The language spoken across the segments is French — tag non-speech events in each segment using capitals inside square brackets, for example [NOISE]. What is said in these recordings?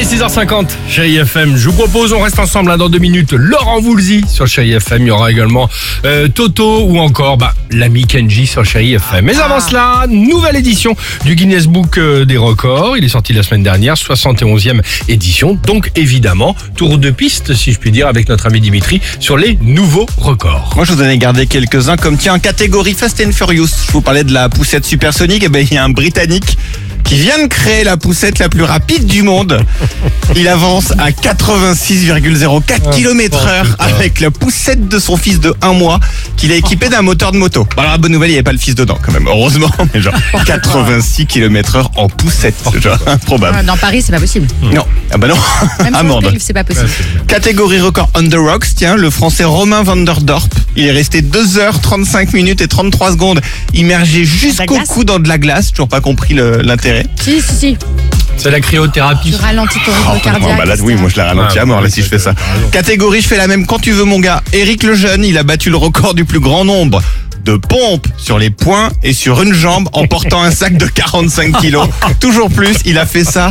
6h50, chérie FM. Je vous propose, on reste ensemble hein, dans deux minutes. Laurent Voulzy sur chérie FM. Il y aura également euh, Toto ou encore bah, l'ami Kenji sur chérie FM. Mais avant cela, nouvelle édition du Guinness Book euh, des records. Il est sorti la semaine dernière, 71e édition. Donc évidemment, tour de piste, si je puis dire, avec notre ami Dimitri sur les nouveaux records. Moi, je vous en ai gardé quelques-uns, comme tiens, catégorie Fast and Furious. Je vous parlais de la poussette supersonique. Eh ben, il y a un Britannique qui vient de créer la poussette la plus rapide du monde. Il avance à 86,04 km heure avec la poussette de son fils de 1 mois qu'il a équipé d'un moteur de moto. Bon, alors la bonne nouvelle, il n'y avait pas le fils dedans quand même, heureusement, [LAUGHS] mais genre 86 km heure en poussette, c'est genre improbable. Ah, Dans Paris, c'est pas possible. Non, ah bah non, Même sur [LAUGHS] le amende. périph', c'est pas possible. Catégorie record on the rocks, tiens, le français Romain Vanderdorp. Il est resté 2h35 minutes et 33 secondes immergé jusqu'au glace cou dans de la glace, toujours pas compris le- l'intérêt. Si, si, si. C'est la cryothérapie. Tu ralentis ton rythme Oh, cardiaque. complètement malade, Ah, oui, etc. moi je la ralentis Ouais, à mort là ouais, si je ouais, fais ça. t'as raison. Catégorie, je fais la même quand tu veux mon gars. Eric le jeune, il a battu le record du plus grand nombre de pompes sur les poings et sur une jambe en portant un sac de 45 [LAUGHS] kilos. Toujours plus, il a fait ça.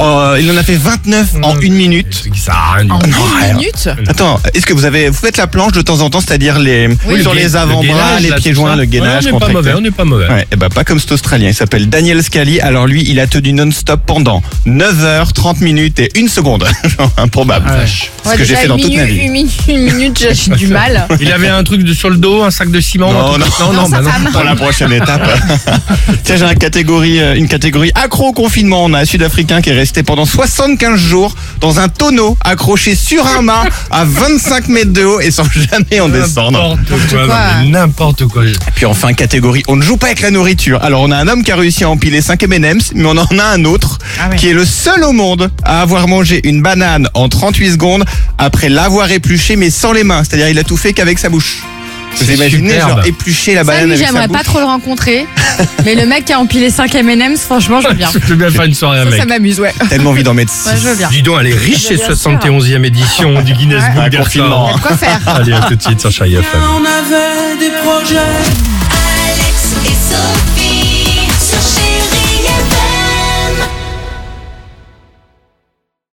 euh, il en a fait 29 en une minute. C'est qui Ça a rien du En tout. ouais. une minute Attends, est-ce que vous avez vous faites la planche de temps en temps, c'est-à-dire les Oui, sur Le les gai- le avant-bras, gainage, les là, pieds tout joints, ça. le gainage Ouais, On n'est pas contracté. mauvais, on n'est pas mauvais. Ouais, et bah pas comme cet Australien. Il s'appelle Daniel Scali. Alors lui, il a tenu non-stop pendant 9 h 30 minutes et 1 seconde. [LAUGHS] Genre improbable. Ah Ouais. Ce que j'ai fait dans toute ma vie. Une minute, une minute j'ai- j'ai [LAUGHS] du mal. Il avait un truc de sur le dos, un sac de ciment. Non, un truc- non. Non, bah ça, ça Pour la [LAUGHS] prochaine étape. Tiens, j'ai une catégorie, euh, une catégorie accro au confinement. On a un Sud-Africain qui est resté pendant 75 jours dans un tonneau accroché sur un mât à 25 mètres de haut et sans jamais Ah, en descendre. N'importe quoi, quoi. non, mais n'importe quoi. Puis enfin, catégorie, on ne joue pas avec la nourriture. Alors, on a un homme qui a réussi à empiler 5 M&M's, mais on en a un autre Ah ouais. qui est le seul au monde à avoir mangé une banane en 38 secondes après l'avoir épluchée, mais sans les mains. C'est-à-dire, il a tout fait qu'avec sa bouche. Vous C'est imaginez, superbe. genre, éplucher la Ça, banane lui, avec sa j'aimerais bouche pas trop le rencontrer. Mais le mec qui a empilé 5 M&M's, franchement, je [LAUGHS] veux bien. Je veux bien faire une Ah, soirée Ça, avec. ça m'amuse, ouais. Tellement envie d'en mettre Ouais, six. Bah, je veux bien. Dis donc, elle est riche, Mais cette bien sûr. 71e édition du Guinness Ouais. Book Un des Ah, confinement. records. Y a de quoi faire Allez, à tout de suite sur Chérie FM. On avait des projets. Alex et Sophie sur Chérie